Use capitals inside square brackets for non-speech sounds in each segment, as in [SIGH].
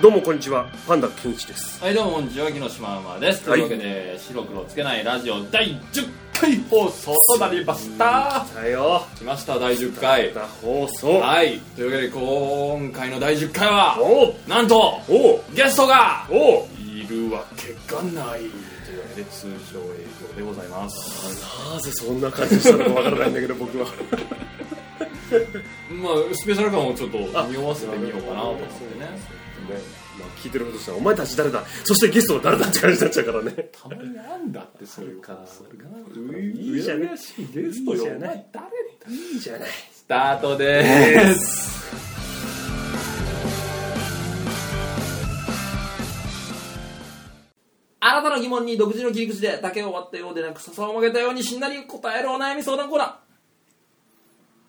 どうもこんにちはパンダ金一ですはいどうもこんにちは木下ママです、はいというわけで白黒つけないラジオ第10回放送となりましただよ来ました第10回だ放送はいというわけで今回の第10回はおうなんとおうゲストがおういるわけがないというわけで通常営業でございますなぜそんな感じしたのかわからないんだけど僕はまあスペシャル感をちょっとあ匂わせてみようかなと思ってねまあ聞いてることしたらお前たち誰だそしてゲストは誰だって感じになっちゃうからねたまにあんだってそういう感想がいいじゃないうやうやしいゲストいいよじゃないお前誰いいじゃないスタートですあなたの疑問に独自の切り口で竹を割ったようでなく笹を曲げたようにしんなり答えるお悩み相談コーナ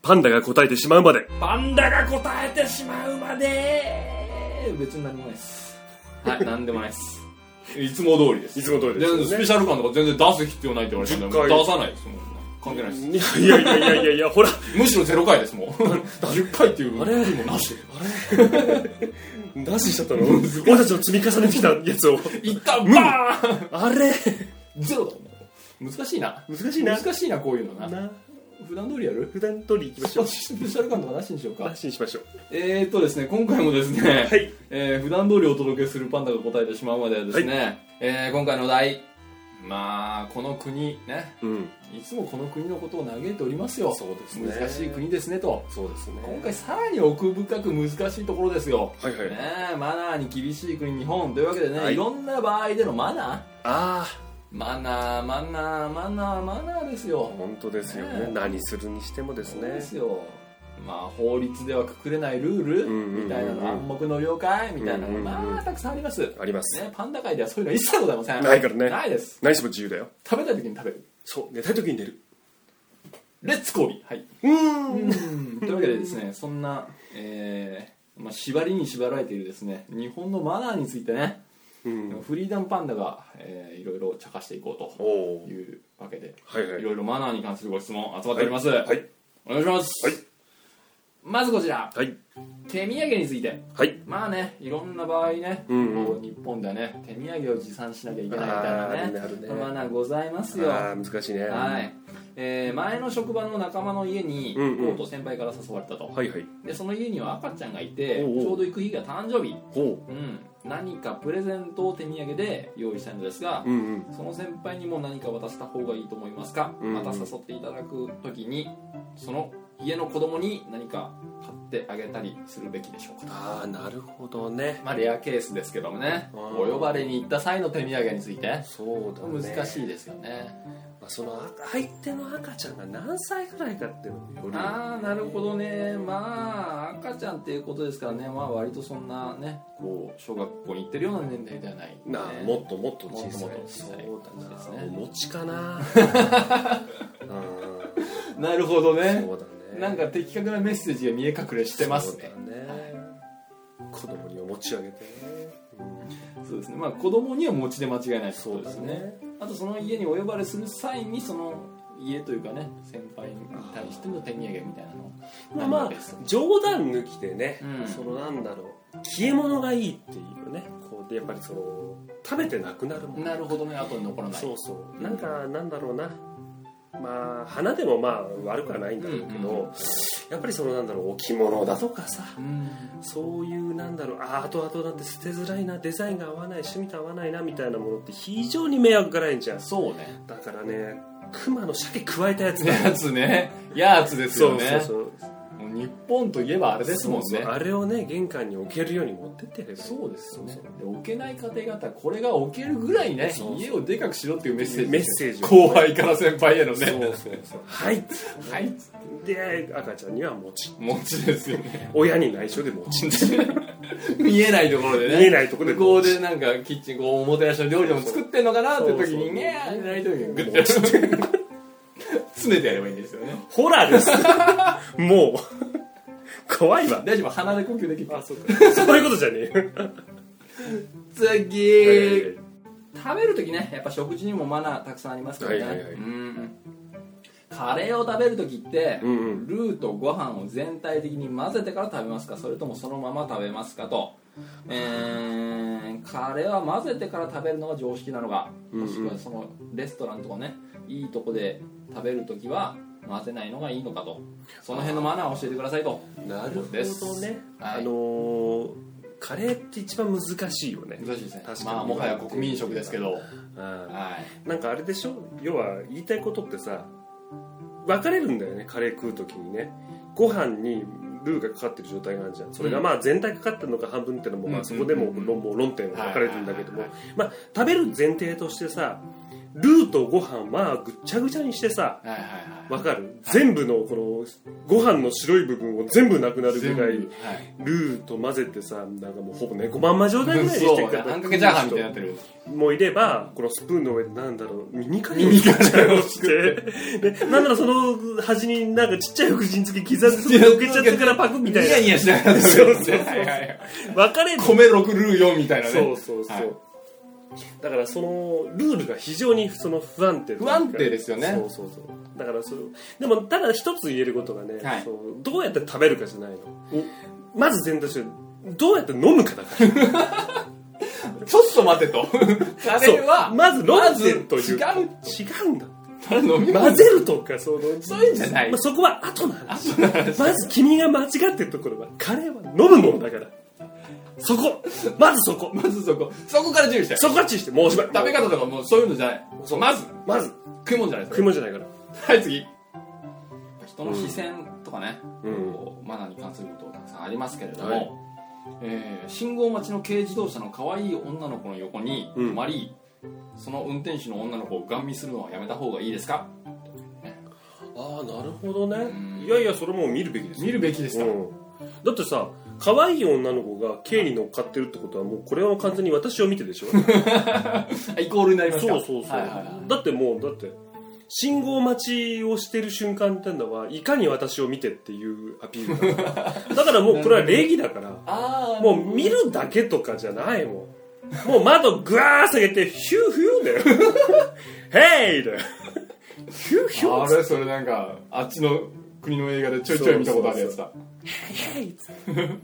パンダが答えてしまうまでーパンダが答えてしまうまで別に何もないですはい何でもないですいつも通りですいつも通りですよね全然スペシャル感とか全然出す必要ないって言われて10回出さないですもん関係ないですいやいやいやいやいやほらむしろゼロ回ですもん10回っていうあれもなしなししちゃったの俺たちの積み重ねてきたやつをいったバーンあれゼロだもん難しいな難しいな難しいなこういうのなな普段通りやる普段通りいきましょう [LAUGHS] スペシャル感とかなしにしようかなしにしましょうえーとですね今回もですね、はいえー普段通りお届けするパンダが答えてしまうまではですね、えー今回のお題まあこの国ねうんいつもこの国のことを嘆いておりますよそうですね難しい国ですねとそうですね今回さらに奥深く難しいところですよはいはいねえマナーに厳しい国日本というわけでね、はいい、ろんな場合でのマナーあマナーマナーマナーマナーですよあ本当ですよねね何するにしてもですそうでねすよまあ法律ではくくれないルールうんうんうんうんみたいなの暗黙の了解みたいなうんうんのうんまあたくさんありますねありますパンダ界ではそういうの一切ございませんないからねないです何しても自由だよ食べたい時に食べるそう寝たい時に寝るレッツコービーはいうーんというわけでですねそんなえーまあ、縛りに縛られているですね日本のマナーについてね、うんフリーダムパンダが、えーいろいろ茶化していこうおとおーいうわけで、はいはいいろいろマナーに関するご質問集まっております、はいお願いします、はいまずこちらはい手土産についてはいまあねいろんな場合ね、うんうんこう日本ではね手土産を持参しなきゃいけないみたいあーあなるねねあるねマナーございますよああ難しいねははいえー前の職場の仲間の家にうんうん行こうと先輩から誘われたと、いはいでその家には赤ちゃんがいておうおうちょうど行く日が誕生日、ほうん、何かプレゼントを手土産で用意したのですがう、うんうんその先輩にも何か渡した方がいいと思いますか、うんまた誘っていただく時にその家の子供に何か買ってあげたりするべきでしょうかああなるほどねまあレアケースですけどもねあおー呼ばれに行った際の手土産についてそうだね難しいいですよねそのあ相手の赤ちゃんが何歳ぐらいかっていうのもよるああなるほどねまあ赤ちゃんっていうことですからねまあ割とそんなねこう小学校に行ってるような年代ではない、ね、なあもっともっと小さもっといもっと小そさいうだですなねお餅か [LAUGHS] なうんなるほどねそうだねなんか的確なメッセージが見え隠れしてますねそうだね子供にお餅あげてね、そうですねまあ子供には持ちで間違いないってこそうとでだすねねあとその家にお呼ばれする際にその家というかね先輩に対しての手土産みたいなのまあまあ冗談抜きでね、うんそのなんだろう消え物がいいっていうねこうでやっぱりその食べてなくなるもんなるほどね後に残らないそうそうなんかなんだろうなまあ花でもまあ悪くはないんだろうけど、うんうやっぱりそのなんだろう置物だとかさうんそういうなんだろうあー後々だって捨てづらいなデザインが合わない趣味と合わないなみたいなものって非常に迷惑がないんじゃんそうねだからね熊の鮭加えたやつだ [LAUGHS] やつねやつですよねそうそうもう日本といえばあれですもんねそうそうあれをね玄関に置けるように持ってってやればいいそうですよねで置けない家庭があったらこれが置けるぐらいねそうそう家をでかくしろっていうメッセージメッセージを後輩から先輩へのねそうそうそうはいはいで赤ちゃんには餅持ちですよね親に内緒で餅見えないところでね見えないところで向こうでなんかキッチンこうおもてなしの料理でも作ってんのかなっていうそ時うそにうねえってなりたい時にグッて餅って [LAUGHS] 詰めてやればいいんですよねホラー [LAUGHS] ですもう怖いわ大丈夫鼻で呼吸できるあそうかそういうことじゃね次えよ食べる時ねやっぱ食事にもマナーたくさんありますからね、はいはいはいうんカレーを食べる時って、うんうんルーとご飯を全体的に混ぜてから食べますかそれともそのまま食べますかとえー、カレーは混ぜてから食べるのが常識なのがうんうんもしくはそのレストランとかねいいとこで食べるときは混ぜないのがいいのかとその辺のマナーを教えてくださいとなるほどね、はあいのーカレーって一番難しいよね難しいですね確かにまあもはや国民食ですけどあはいーなんかあれでしょ要は言いたいことってさ分かれるんだよねカレー食う時にねご飯にルーがかかってる状態があるじゃんそれがまあ全体かかってるのか半分ってのもまうあんそこでも論もう論点は分かれてるんだけどもはいはまあ食べる前提としてさルーとご飯まあぐっちゃぐちゃにしてさはいはいわかる全部のこのご飯の白い部分を全部なくなる全ぐ部はらいいルーと混ぜてさなんかもうほぼ猫まんま状態ぐらいにしてそるうあんかけチャーハンみたいになってるもいればこのスプーンの上でなんだろうミニカレミニーカレーをを作ってでなんならその端になんかちっちゃい福神漬け刻んでそこに乗っけちゃってからパクみたニヤいニヤしながら食べるんではいはいはいな分かれる米6ルー4みたいなねそうそうそう、はいだからそのルールが非常にその不安定というか不安定ですよねそうそうそうだからそれでもただ一つ言えることがね、はいそのどうやって食べるかじゃないのまず全体としてどうやって飲むかだからちょっと待てとカレーはそうまずま論ず違点というかう違うんだ頼む混ぜるとかそのそういうんじゃないまあ、そこは後の話まず君が間違ってるところはカレーは飲むものだからそこまずそこまずそこそこから注意してそこは注意して申し訳食べ方とかもうそういうのじゃないそうまずまず食い物じゃないです食い物じゃないからはい次人の視線とかね、うんこうマナーに関することたくさんありますけれども、はいえー信号待ちの軽自動車の可愛い女の子の横にうん止まり、その運転手の女の子をガン見するのはやめた方がいいですかああなるほどねうんいやいやそれもう見るべきですよ見るべきですか、うんだってさ可愛い女の子が軽に乗っかってるってことはもうこれは完全に私を見てでしょあイコールになりますかそうそうそう、はいはいはいだってもうだって信号待ちをしてる瞬間ってのはいかに私を見てっていうアピールだ [LAUGHS] からだからもうこれは礼儀だからああもう見るだけとかじゃないもん。もう窓ぐわー下げて、ヒューヒュ [LAUGHS] ーだよ。ヘイだよ。ヒューヒュあーれそれなんかあっちの国の映画でちょいちょい見たことあるやつだヘイ [LAUGHS]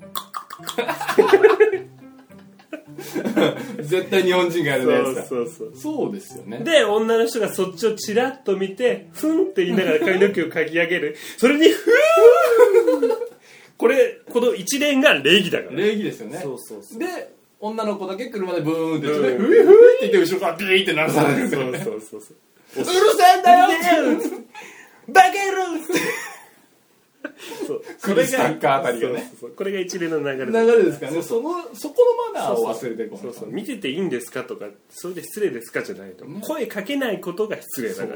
絶対日本人がやるやつだそうそうそうですよねで、女の人がそっちをチラッと見て、ふんって言いながら髪の毛をかき上げる。それに、ふーこれ、この一連が礼儀だから。礼儀ですよねそうそうそう。で女の子だけ車でブーンってやつでうんふいふいって言って後ろからビーって鳴らされるんですそようねそうそうそう。うるせえんだよ [LAUGHS] バカ野郎そうクリスタッカーあたりがねそうそうそうこれが一連の流れ流だれですからねそのそこのマナーを忘れてこそうそう見てていいんですかとかそれで失礼ですかじゃないと、ね声かけないことが失礼だから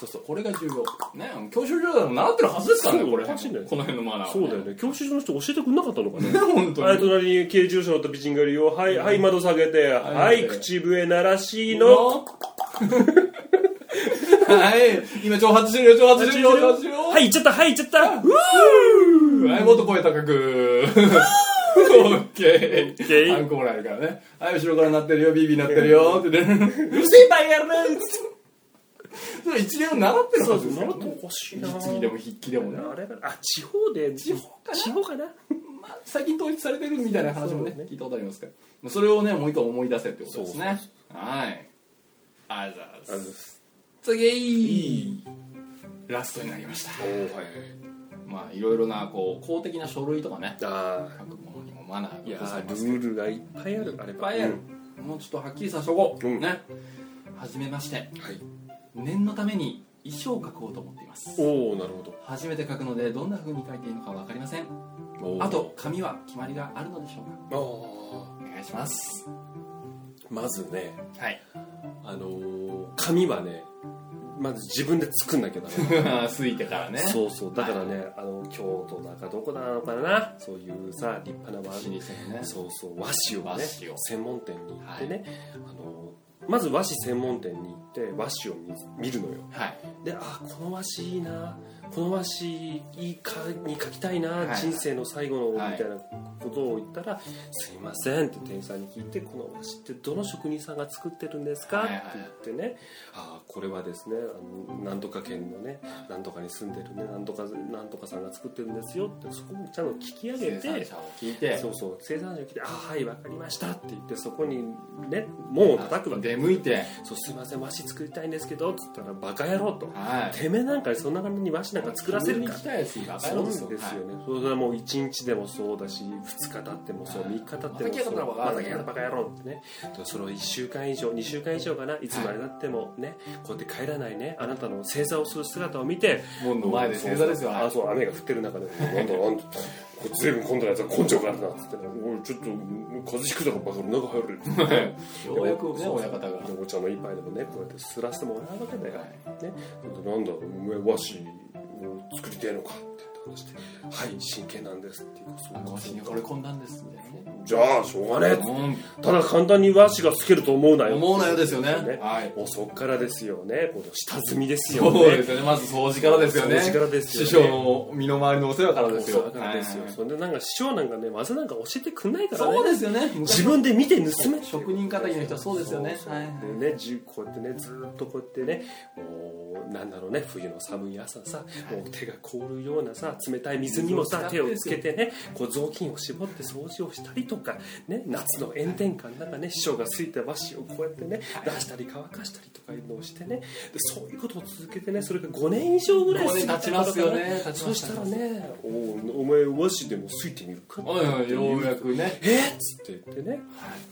そうそうこれが重要ね教習所でも習ってるはずですからそうねこれおこかしいんだよの辺のマナーはそうだよね教習所の人教えてくれなかったのかねね本あ当れに隣に軽自動車乗った美人がいるよはい、はい窓下げてはい、い口笛鳴らしののはい今挑発してるよ挑発してるよ挑発してるよはい行っちゃったはい行っちゃったうはい、もっと声高く。オッケオッケー。ーアンコもらえるからね。はい、後ろから鳴ってるよ、ビービー鳴ってるよ、ってね。 [LAUGHS] うるせえ、バイやるそれ一連を習ってるはずですから、っね。ほしいな実技でも筆記でもね。あれかなあ地方で地方かな地方かなまあ、最近統一されてるみたいな話もねそう、ね聞いたことありますから。もうそれをね、もう一回思い出せってことですね。はい。ありがとうございます。次ラストになりました。まあ、いろいろな、こう、公的な書類とかね、あ書くものにもマナーいーやがございーまルすけどールがいっぱいあるあれいっぱいある、もうちょっとはっきりさせとこう、うんねはじめましてはい、念のために衣装を書こうと思っていますおおなるほど初めて書くのでどんな風に書いていいのか分かりませんおーあと紙は決まりがあるのでしょうあかーお願いしますまずね、はい [LAUGHS] あのー紙はねまず自分で作んなきゃダメついてからね [LAUGHS] そうそうだからね、あの京都だかどこだのかなそういうさ立派な和老舗のねそうそう和紙をね和紙を専門店に行ってね、あのーまず和紙専門店に行って和紙を見見るのよはいであこの和紙いいなこの和紙いいかに書きたいな、はい人生の最後の、はいみたいなこことを言ったら「すいません」って店員さんに聞いて「この和紙ってどの職人さんが作ってるんですか?」っはいてはい言ってね「ああこれはですねあのなんとか県のねなんとかに住んでるねなんとかなんとかさんが作ってるんですよ」ってそこもちゃんと聞き上げ生産て。者を聞いてそうそう生産者が来て「あはい分かりました」って言ってそこにね門を叩くわけ出向いて「そうすいません和紙作りたいんですけど」っつったら「バカ野郎」と「はいてめえなんかそんな感じに和紙なんか作らせるにか」来たやつにバカ野そう郎でですすよよね、それはもう1日でもそうだし2日経ってもそう、はい3日経ってまたも来やそがっうたなまた来やがったバカ野郎ってねそれを1週間以上2週間以上かないつまでたってもね、こうやって帰らないねあなたの正座をする姿を見て門の前で正座ですよあそう雨が降ってる中で「なんだなんだこれ随分今度のやつは根性があるな」っつってね「おいちょっと風邪ひくだろバカ野郎中入る」ようやくね親方がでお茶の一杯でもねこうやってすらしてもらうわけだよ、はいね、なんだお前和紙を作りてえのかって言って話して「はい真剣なんです」っていうそういう腰に惚れ込んだんですみたいなねじゃあしょうがねえっつってうただ簡単に和紙がつけると思うなよん思うなよですよねはいもうそっからですよねこの下積みですよそうでねすよねまず掃除からですよね掃除からですよね師匠の身の回りのお世話からですよそうなんですよ、はいそんでなんか師匠なんかね技なんか教えてくんないからねそうですよね [LAUGHS] 自分で見て盗め職人敵の人はそうですよねそうそうはいはいでねじゅこうやってねずーっとこうやってねもうなんだろうね冬の寒い朝さもう手が凍るようなさ冷たい水にもさ手水ををつ使けってねこう雑巾を絞って掃除をしたりとか、ね、夏の炎天下の中ね師匠がついた和紙をこうやってね出したり乾かしたりとかいうのをしてねでそういうことを続けてねそれが5年以上ぐらい五年経ちますよね過ぎたから経ちそまししたたらねおお前和紙でもついてみるかはいはいようやくねえっつって言ってね、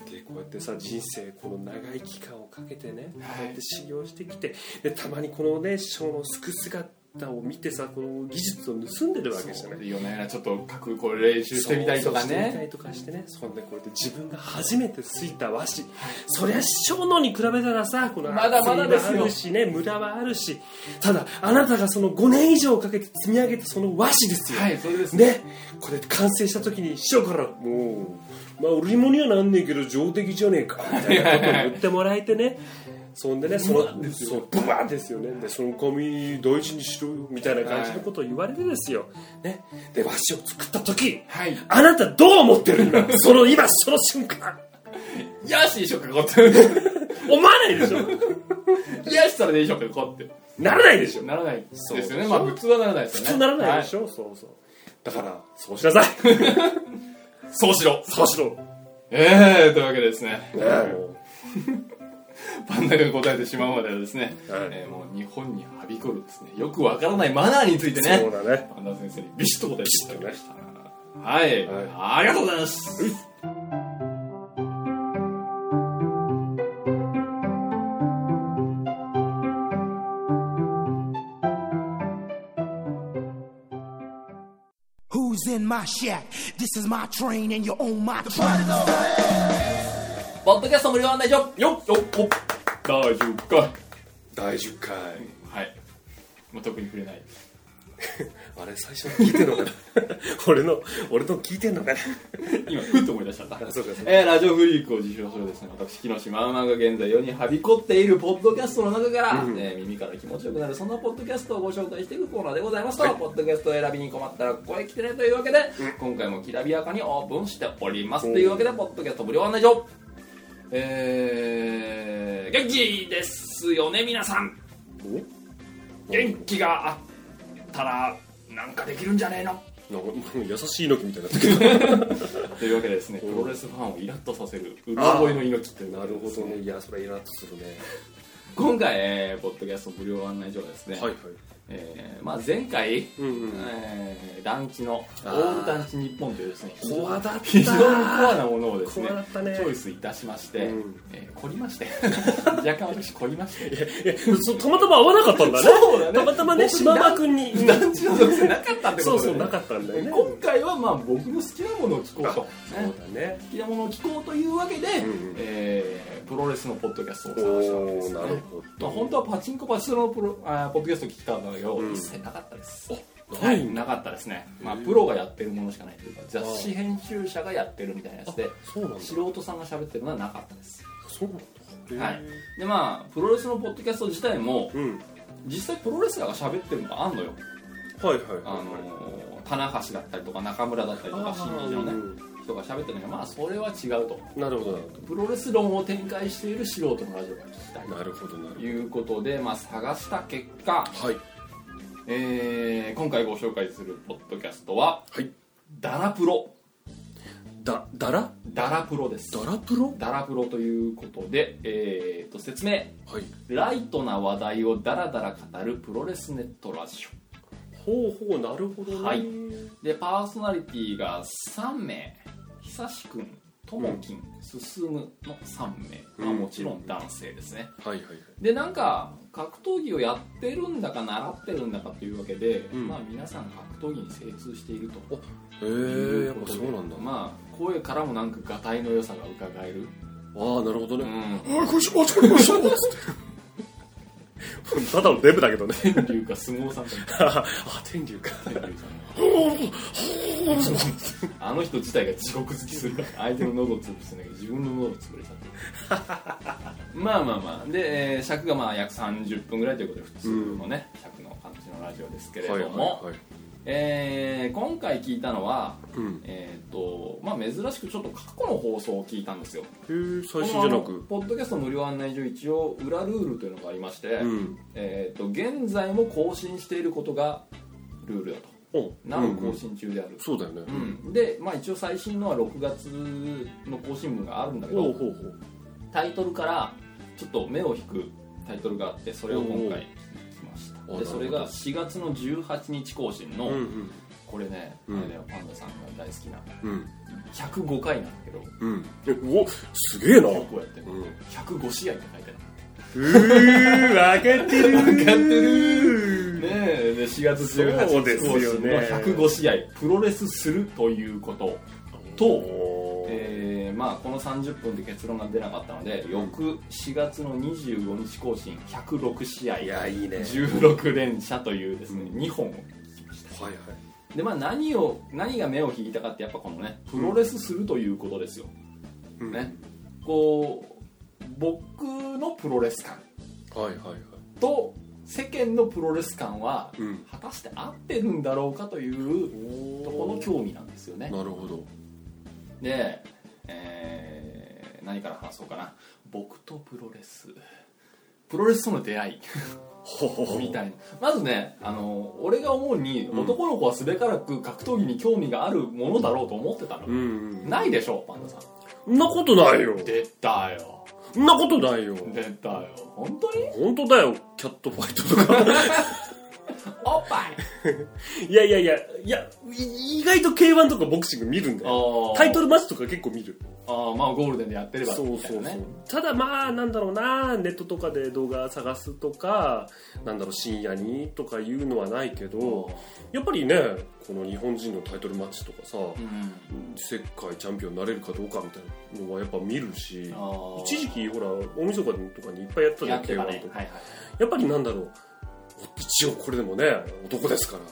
でこうやってさ人生この長い期間をかけてねこうやって修行してきてでたまにこのね師匠のすく姿を見てさこの技術を盗んでるわけじゃないいいよねちょっとかっこいいこれ練習してみたりとかそうそうしてみたねりとかしてねそんでこうやって自分が初めてすいた和紙そりゃ師匠のに比べたらさこのまだまだです厚みはあよるしね無駄はあるしただあなたがその5年以上かけて積み上げたその和紙ですよ、はいそれですね、これ完成した時に師匠から「もうまあ売り物にはなんねえけど上出来じゃねえか」みたいなことを言ってもらえて [LAUGHS] ねそんでねそのそうブワーですよねでその紙大事にしろよみたいな感じのことを言われてですよ、ね、で和紙を作った時はいあなたどう思ってる [LAUGHS] 今その今その瞬間よし師匠かこって [LAUGHS] 思わないでしょよしそれで師匠かこってならないでしょならないですうよねまあ普通はならないですよ普ね通ならないでしょょ、そうそうだからそうし [LAUGHS] なさいそうしろそうしろ、ええというわけでですねねえもうパンダが答えてしまうまではですねはいえーもう日本にはびこるですねよくわからないマナーについてそうねだねパンダ先生にビシッと答えていただきましたはいはいありがとうございます Who's in my shack? This is my train and you're on my track. ポッドキャスト無料案内所よっよっおっ大丈夫か第10回はいもう特に触れないあれ最初に聞いてんのかな [LAUGHS] 俺の俺の聞いてんのかな今ふっと思い出しちゃったあそうかそうかえーラジオフリークを自称するですね私木下マウマが現在世にはびこっているポッドキャストの中から、えー耳から気持ちよくなるそんなポッドキャストをご紹介していくコーナーでございますと、ポッドキャストを選びに困ったらここへ来てねというわけで、今回もきらびやかにオープンしておりますおーというわけでポッドキャスト無料案内所えー、元気ですよね皆さん元気があったらなんかできるんじゃねえのなんか優しい猪木みたいにな [LAUGHS] ったけというわけでですねプロレスファンをイラッとさせるうろ覚えの猪木というどこなとでるでほすねどねいやそれイラッとするね今回、えーポッドキャスト無料案内所はですね、はいはいえーまあ、前回、うんうんえー団地のオあーール団地日本というですね非常にコアだった非常にコアなものをですねコアだったねチョイスいたしまして、うんえー凝りまして [LAUGHS] 若干私凝りましていやそたまたま合わなかったんだねそうだねたまたまね僕島間君に団地の属性なかったってことで、ね、そうそうなかったんだよね今回はまあ僕の好きなものを聞こうあと、そうだね好きなものを聞こうというわけで、んうんえープロレスのポッドキャストをお探したわけですーねなるほまあ、本当はパチンコパチスロのプロあーポッドキャスト聞きたんだけど、うん一切なかったですどはいなかったですね、まあ、プロがやってるものしかないというか雑誌編集者がやってるみたいなやつでそうなんだ素人さんが喋ってるのはなかったです、そうなんだへーはいでまあプロレスのポッドキャスト自体もうん実際プロレスラーが喋ってるのがあんのよはいはいはいあのー棚橋だったりとか中村だったりとあかー新日のねうんとか喋ってないまあそれは違うとなるほどなるプロレス論を展開している素人のラジオが聞きたいほどなるほどなるということで、まあ、探した結果、ほどはいえー今回ご紹介するポッドキャストははいダラプロだだらダラプロですだらプロダラプロということで、えー、と説明はいライトな話題をダラダラ語るプロレスネットラジほうほうなるほどねはいオでパーソナリティが3名久しくんともきん進むの3名、まあ、うんもちろん男性ですねはいはいはいでなんか格闘技をやってるんだか習ってるんだかというわけで、んまあ皆さん格闘技に精通しているとおへえいうやっこぱとでそうなんだ、まあ声からもなんかがたいの良さがうかがえるああなるほどね、うんああこれしあこれこれしょつってただのデブだけどね天竜か相撲さんかあ [LAUGHS] 天竜か天竜さんあの人自体が地獄好きするから相手の喉を潰すんだけど自分の喉を潰れちゃってるまあまあまあで、えー尺がまあ約30分ぐらいということで普通のね、尺の感じのラジオですけれども、はいはいえー今回聞いたのは、うんえーっとまあ、珍しくちょっと過去の放送を聞いたんですよへえ最新じゃなこのあのくポッドキャスト無料案内所一応裏ルールというのがありまして、うんえーっと現在も更新していることがルールだとおなおうんう更ん新中である、そうだよね、うん、で、まあ、一応最新のは6月の更新分があるんだけほうどほうほうタイトルからちょっと目を引くタイトルがあってそれを今回聞きましおうたおうでそれが4月の18日更新の、うんこれね、うんあれだよパンダさんが大好きなうんうん105回なんだけどうんえうおすげえな105やってる、うん105試合って書いてあるうー分かってる分かってるねえで4月そ18うです日よ更新のね105試合プロレスするということとおーえーまあ、この30分で結論が出なかったので翌4月の25日更新106試合いやいいね16連射というですね、2本をはいはいで、まあ、何を何が目を引いたかってやっぱこのねプロレスするということですよ、うんねこう僕のプロレス感はいはいはいと世間のプロレス感はうん果たして合ってるんだろうかというところの興味なんですよねなるほどで、えー何から話そうかな僕とプロレスプロレスとの出会いほほみたいなまずねあの俺が思うに男の子はすべからく格闘技に興味があるものだろうと思ってたの、うんうんないでしょパンダさんんなことないよ出たよんなことないよ出たよ本当に本当だよキャットファイトとかおっぱいいやいやいやいやい意外と K1 とかボクシング見るんだよタイトルルマッチとか結構見るあーまあゴールデンでやってればそうみたそいうそう、なねただまあなんだろうなネットとかで動画探すとかなんだろう深夜にとかいうのはないけどやっぱりねこの日本人のタイトルマッチとかさ、うん世界チャンピオンになれるかどうかみたいなのはやっぱ見るしあー一時期ほら大晦日とかにいっぱいやってたじやゃんってた K-1 ねとか、はいはいやっぱりなんだろう一応これでもね男ですから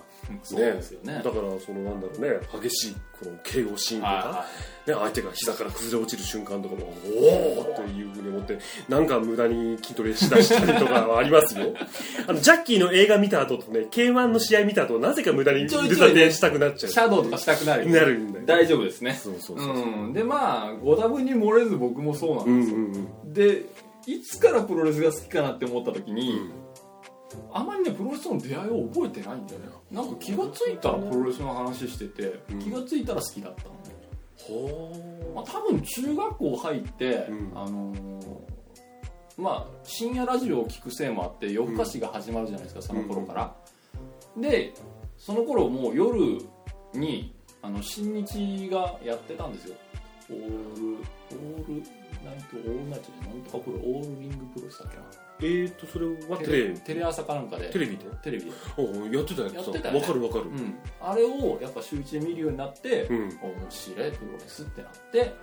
そうですよねだからそのなんだろうね激しいこの KO シーンとか、はいはいね、相手が膝から崩れ落ちる瞬間とかもおおっていうふうに思ってなんか無駄に筋トレしだしたりとかはあります [LAUGHS] よあのジャッキーの映画見た後とね k 1の試合見た後なぜか無駄にちょい腕ちょいね立てしたくなっちゃうシャドウとかしたくなるよねなるんだよ大丈夫ですねそうそうそうそううん、でまあご多分に漏れず僕もそうなうんんですよ、うんうんでいつからプロレスが好きかなって思った時に、うんあまりねプロレスとの出会いを覚えてないんだよねなんか気がついたらプロレスの話してて、うん気がついたら好きだったんだよ、まほあ、多分中学校入って、うんあのーまあ深夜ラジオを聞くせいもあって夜更かしが始まるじゃないですか、その頃から、でその頃もう夜にあの新日がやってたんですよオールオールナイトオールナイトじゃないなんとかこれオールリングプロレスだっけなえーとそれはテレビテレ朝かなんかでテレビでテレビで、おうやってたややつってただよねわかるわかるうん、あれをやっぱ週一で見るようになって、うん面白いプロレスってなって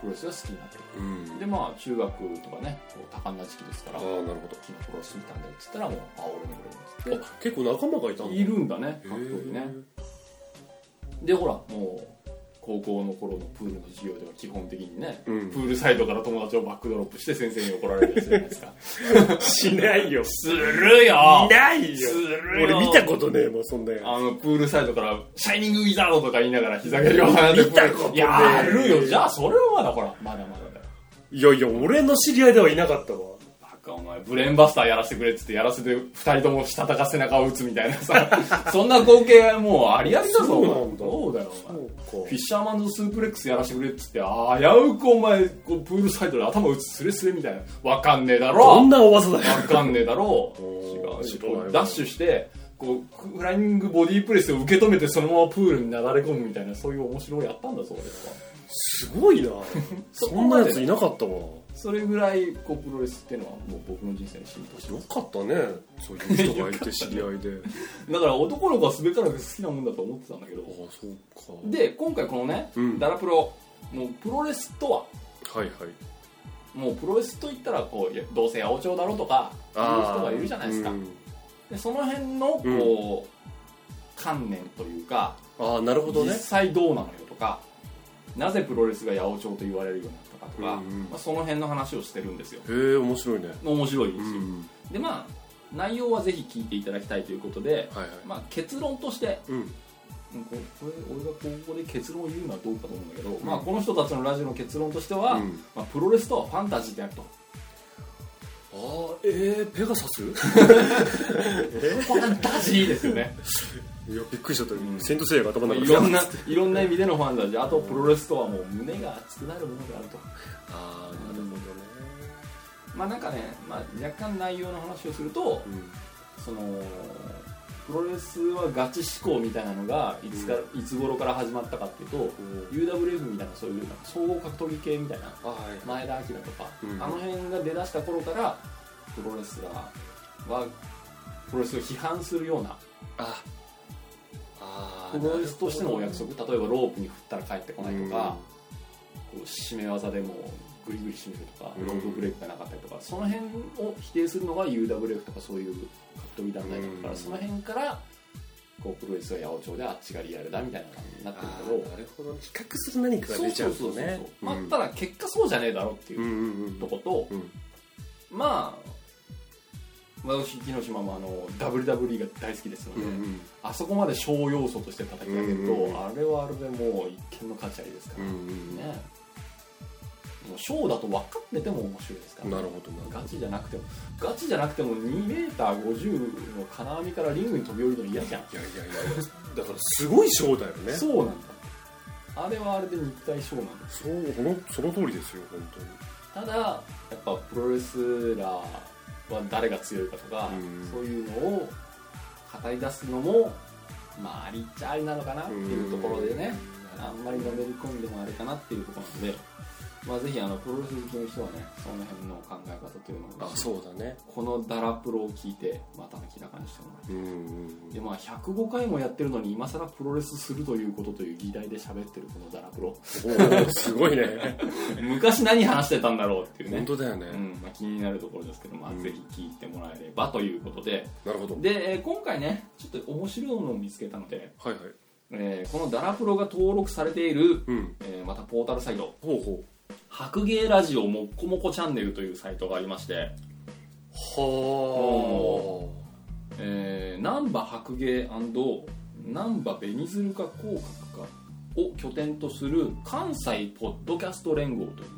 プロレスが好きになってうんでまあ中学とかねこう多感な時期ですかあらあ昨なるほ日プロレス見たんだよっつったらもうあ俺も俺どもっつっあ結構仲間がいたんてだいるんだねへ格闘技ーねでほらもう高校の頃のプールの授業では基本的にね、プールサイドから友達をバックドロップして先生に怒られるやつじゃないですかしないよするよいないよするよ俺見たことねえもんそんなやあのプールサイドから「シャイニングウィザード」とか言いながら膝蹴りを放って見たことねえやるよじゃあそれはまだほらまだまだだよついやいや俺の知り合いではいなかったわバカお前ブレーンバスターやらせてくれっつってやらせて2人ともしたたか背中を打つみたいなさ [LAUGHS] そんな光景はもうありありだぞそうなんだお前そうだよお前そうかフィッシャーマンズスープレックスやらせてくれっつってああやうくお前こうプールサイドで頭打つスレスレみたいなわかんねえだどんろな大技だよわかんねえだろ違おーう知らないこわうダッシュしてこうフライングボディープレスを受け止めてそのままプールに流れ込むみたいなそういう面白いやったんだぞ俺はすごいなそんなやついなかったわそれぐらいこうプロレスっていうのはもう僕の人生に浸透してよかったねそういう人がいて知り合 [LAUGHS] いでだから男の子は滑ったら好きなもんだと思ってたんだけどああそうかで今回このね、うんダラプロもうプロレスとははいはいもうプロレスといったらこういやどうせ八百長だろとかいう人がいるじゃないですか、うんでその辺のこう、観念というかああなるほど実ね際どうなのよとかなぜプロレスが八百長と言われるようになったかとか、うんうんまあ、その辺の話をしてるんですよへえ面白いね面白いですうよ、んでまあ内容はぜひ聞いていただきたいということで、はいはいまあ、結論としてうんうんここれ俺がここで結論を言うのはどうかと思うんだけど、まあ、この人たちのラジオの結論としては、うんまあ、プロレスとはファンタジーであるとああええペガサスファンタジーですよね [LAUGHS] いやびっくりしちゃったセイントセイヤが頭 [LAUGHS] まのあ中にいろんないろんな意味でのファンタジーあとプロレスとはもう胸が熱くなるものであるとああなるほどねまあなんかね、まあ、若干内容の話をするとうんそのプロレスはガチ思考みたいなのがいつか、いつ頃から始まったかっていうと、UWF みたいなそういうなんか総合格闘技系みたいなあはい前田明とか、うんあの辺が出だした頃からプロレスラーはプロレスを批判するようなああプロレスとしてのお約束例えばロープに振ったら帰ってこないとか、こう締め技でもグリグリ締めるとか、うんロープブレイクがなかったりとかその辺を否定するのが UWF とかそういう格闘技団体とかから、うんその辺からこうプロレスは八百長であっちがリアルだみたいな感じになってるけど。なるほど比較する何かがそう出ちゃそううそとうそう、ねまあ、ただ結果そうじゃねえだろっていうんううんうんとこと、うんまあ私木下もあの WWE が大好きですのうで、んうんあそこまで小要素として叩き上げると、うんうんあれはあれでもう一見の価値ありですかうら、んうんねもうショーだと分かってても面白いですから、なるほどなガチじゃなくてもガチじゃなくても2メーター50の金網からリングに飛び降りるの嫌じゃんいやいやいやだからすごいショーだよねそうなんだあれはあれで肉体ショーなんだそうそのその通りですよ本ただやっぱプロレスラーは誰が強いかとか、うんそういうのを語り出すのもまあありっちゃありなのかなっていうところでね、あんまりのめり込んでもあれかなっていうところなんで、まあ、ぜひあのプロレス好きの人はねその辺の考え方というの当をにあそうだねこのダラプロを聞いてまた明らかにしてもらいたいうんうんうんでまあ105回もやってるのに今更プロレスするということという議題で喋ってるこのダラ [LAUGHS] プロおー [LAUGHS] すごいね昔何話してたんだろうっていうね本当だよね、うんまあ、気になるところですけど、まあうんぜひ聞いてもらえればということでなるほどで、えー今回ねちょっと面白いものを見つけたので、はいはいえーこのダラプロが登録されている、うんえーまたポータルサイトほうほ「白芸ラジオもっこもこチャンネル」というサイトがありまして、うはえー、難波白芸難波紅鶴か広角かを拠点とする関西ポッドキャスト連合という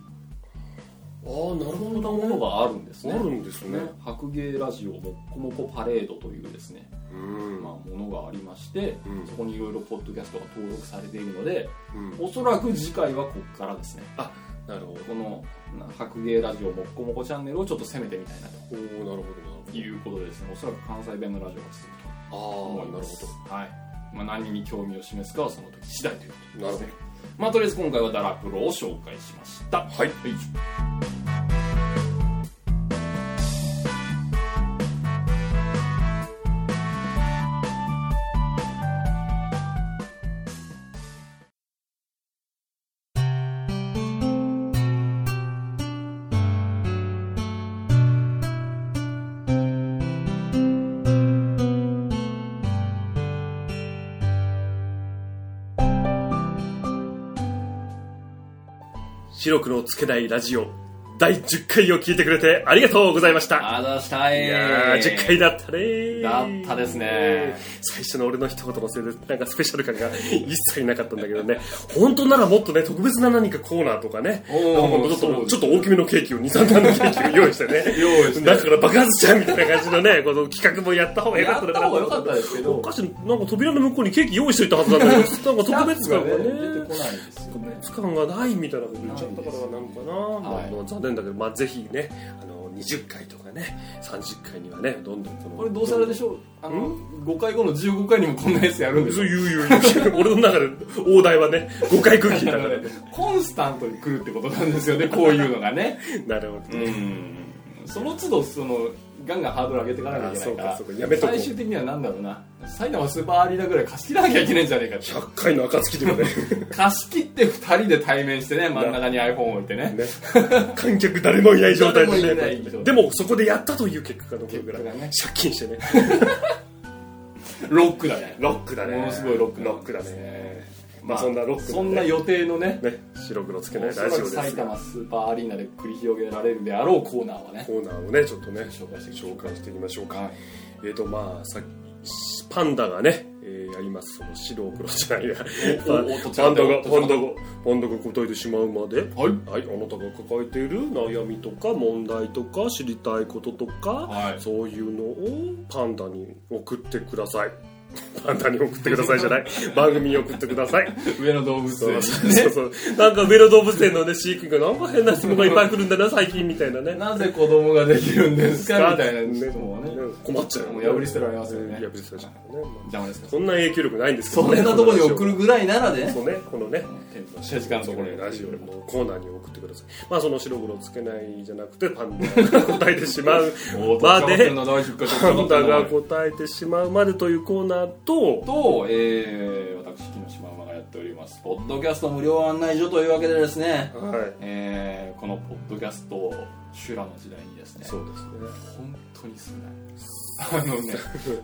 ああなるこんなものがあるんですねあるんですねね白芸ラジオもっこもこパレードというですねうんまあ、ものがありまして、うんそこにいろいろポッドキャストが登録されているので、うんおそらく次回はここからですねなるほどこのな白芸ラジオもっこもこチャンネルをちょっと攻めてみたいなおーなるほどなるということでですねおそらく関西弁のラジオが続くとほど思あいあなまるすほはいまあ、何に興味を示すかはその時次第ということです、なね、るまあとりあえず今回はダラプロを紹介しましたどはいはい白黒つけないラジオ第10回を聞いてくれてありがとうございましたあざしたいいやー10回だったねーだったですね最初の俺の一言のせいでなんかスペシャル感が一切なかったんだけどね本当ならもっとね特別な何かコーナーとかねおーなんかもうちょっそうとですちょっと大きめのケーキを23段のケーキを用意してね [LAUGHS] 用意してだから爆発しちゃうみたいな感じのねこの企画もやった方がよかったのやった方が良かったですけどおかしいなんか扉の向こうにケーキ用意しといたはずなんだ [LAUGHS] けどなんか特別感がね出てこないですよね特別感がないみたいなこと言っちゃったからなんかな、まあはいまあ残念だけど、まあ、ぜひねあの20回とかね30回にはねどんどんこのこれどうせあれでしょうあの5回後の15回にもこんなやつやるんでしそょう言う言う言う俺の中で大台はね5回空気だだ [LAUGHS] かかららねね [LAUGHS] コンスタントに来るってことなんですよねこういうのがねなるほどうんその都度そのガンガンハードル上げていかなきゃいけないからあそうかそうかやめとこう最終的には何だろうな埼玉スーパーアリーナぐらい貸し切らなきゃいけないんじゃないかって100回の暁でもね貸し切って2人で対面してね真ん中に iPhone を置いてねね観客誰もいない状態で誰もいない状ね態でもそこでやったという結果が残るぐらい、結果がね借金してねロックだねロックだねものすごいロックロックだねまあそんなロックのねそんな予定のねね白黒つけないおラジそらオでくすが埼玉スーパーアリーナで繰り広げられるであろうコーナーはねコーナーをねちょっとね紹介していきましょ紹う介していきましょうか、はいえーとまあ、さパンダがね、えー、やりますその白黒じゃないやおおおパどンちパらンでダがどちパらンでダがパンダが答えてしまうまではいはあいなたが抱えている悩みとか問題とか知りたいこととか、はいそういうのをパンダに送ってくださいパンダに送ってくださいじゃない番組に送ってください上野動物そ園うそうそうなんか上野動物園のね飼育員がなんか変な質問がいっぱい来るんだな最近みたいなねなぜ子供ができるんですかみたいな質問をね困っちゃうよねもう破り捨てられますよね破り捨てられちゃうよね邪魔ですかこんな影響力ないんですけどそんなとこに送るぐらいならでねそうねこのね社時間のそとこころににラジオのコーナーに送ってくださいまあその白黒つけないじゃなくてパンダが答えてしまうまで [LAUGHS] パンダが答えてしまうまでというコーナーとと、えー、私木下ママがやっておりますポッドキャスト無料案内所というわけでですね、はいえー、このポッドキャストを修羅の時代にですねそうですね本当に少ないあのね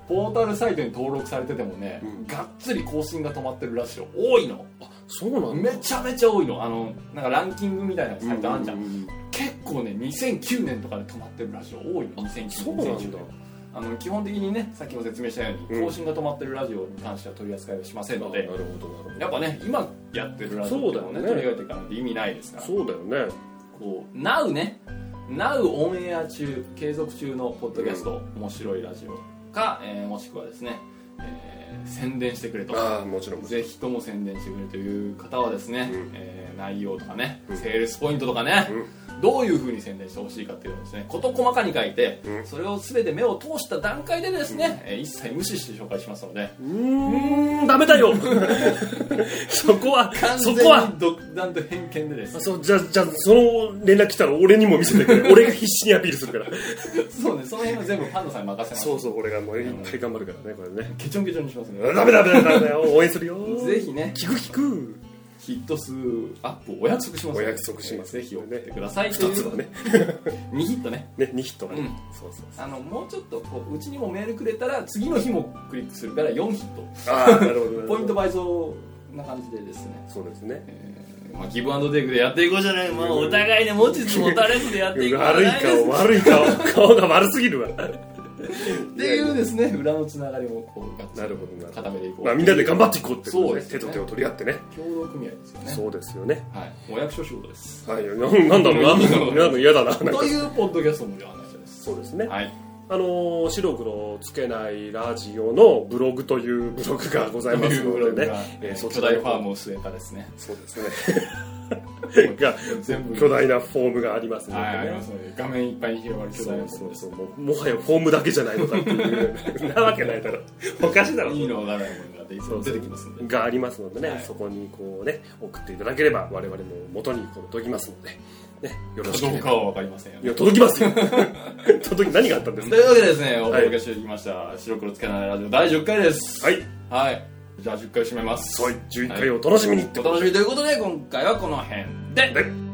ポータルサイトに登録されててもね、がっつり更新が止まってるラジオ多いのそうなんだめちゃめちゃ多いのあのなんかランキングみたいなサイトあんじゃん、ううう結構ね2009年とかで止まってるラジオ多いの2009年そうなんだ2010あの基本的にねさっきも説明したように、うん更新が止まってるラジオに関しては取り扱いはしませんのなるでほどなるほどやっぱね今やってるラジオっていうのをねそうだよね取り上げていかないと意味ないですからそうだよねこう Now ね Now オンエア中継続中のポッドキャスト、面白いラジオか、えーもしくはですね、えー宣伝してくれとああもちろんもちろんぜひとも宣伝してくれるという方はですね、うんえー内容とかね、うんセールスポイントとかね、どういうふうに宣伝してほしいかっていうのをですね事細かに書いて、うんそれを全て目を通した段階でですね、えー一切無視して紹介しますのでうーんダメだ [LAUGHS] よそこは完そ全にこは独断と偏見でですあねそうじゃあじゃあその連絡来たら俺にも見せてくれ俺が必死にアピールするからそうねその辺は全部パンダさんに任せますそうそう俺がもういっぱい頑張るからねこれねケチョンケチョンにしますねダメダメダメダメだよ応援するよぜひね聞く聞くヒット数アップをお約束しますのでお約束しますぜひ送ってくださいとい2うつはね2ヒットねね2ヒットがね、うんそうそうそあのもうちょっとこううちにもメールくれたら次の日もクリックするから4ヒットうああなるほどなるほどポイント倍増な感じでですね、そうですねまあ、ギブアンドテイクでやっていこうじゃない、まあ、お互いね持ちつ持たれつでやっていこうじゃ悪いないです顔悪い顔顔が悪すぎるわっていうですね裏のつながりもこうがっつりなるほどなるほど固めていこうまあみんなで頑張っていこうってことそねうです手ねと手を取り合ってね協同組合ですよねそうですよねはいお役所仕事ですはいななんだろうなんだろうなんだろう嫌だななんかというポッドキャストもではないですそうですねはいあのー白黒つけないラジオのブログというブログがございますのでね、ええー、ー、巨大ファームを据えたですねそうですねが全部巨大なフォームがありますのではい、ありね、ますので画面いっぱいに広がる巨そ大なうもそのうですそうもうもはやフォームだけじゃないのかっていうなわけないだろおかしいだろいいのがないものが出てそうそう出てきますのでがありますのでね、はいそこにこうね送っていただければ我々も元にこう届きますので、ね、よろしどく、うかは分かりませんよいや届きますよ届き何があったんです [LAUGHS] とかいうわけでですねお届けしてきました、白黒つけないラジオ第10回ですはいはい、じゃあ10回締めますそう11回をお楽しみにっておこと楽でしみということで今回はこの辺でで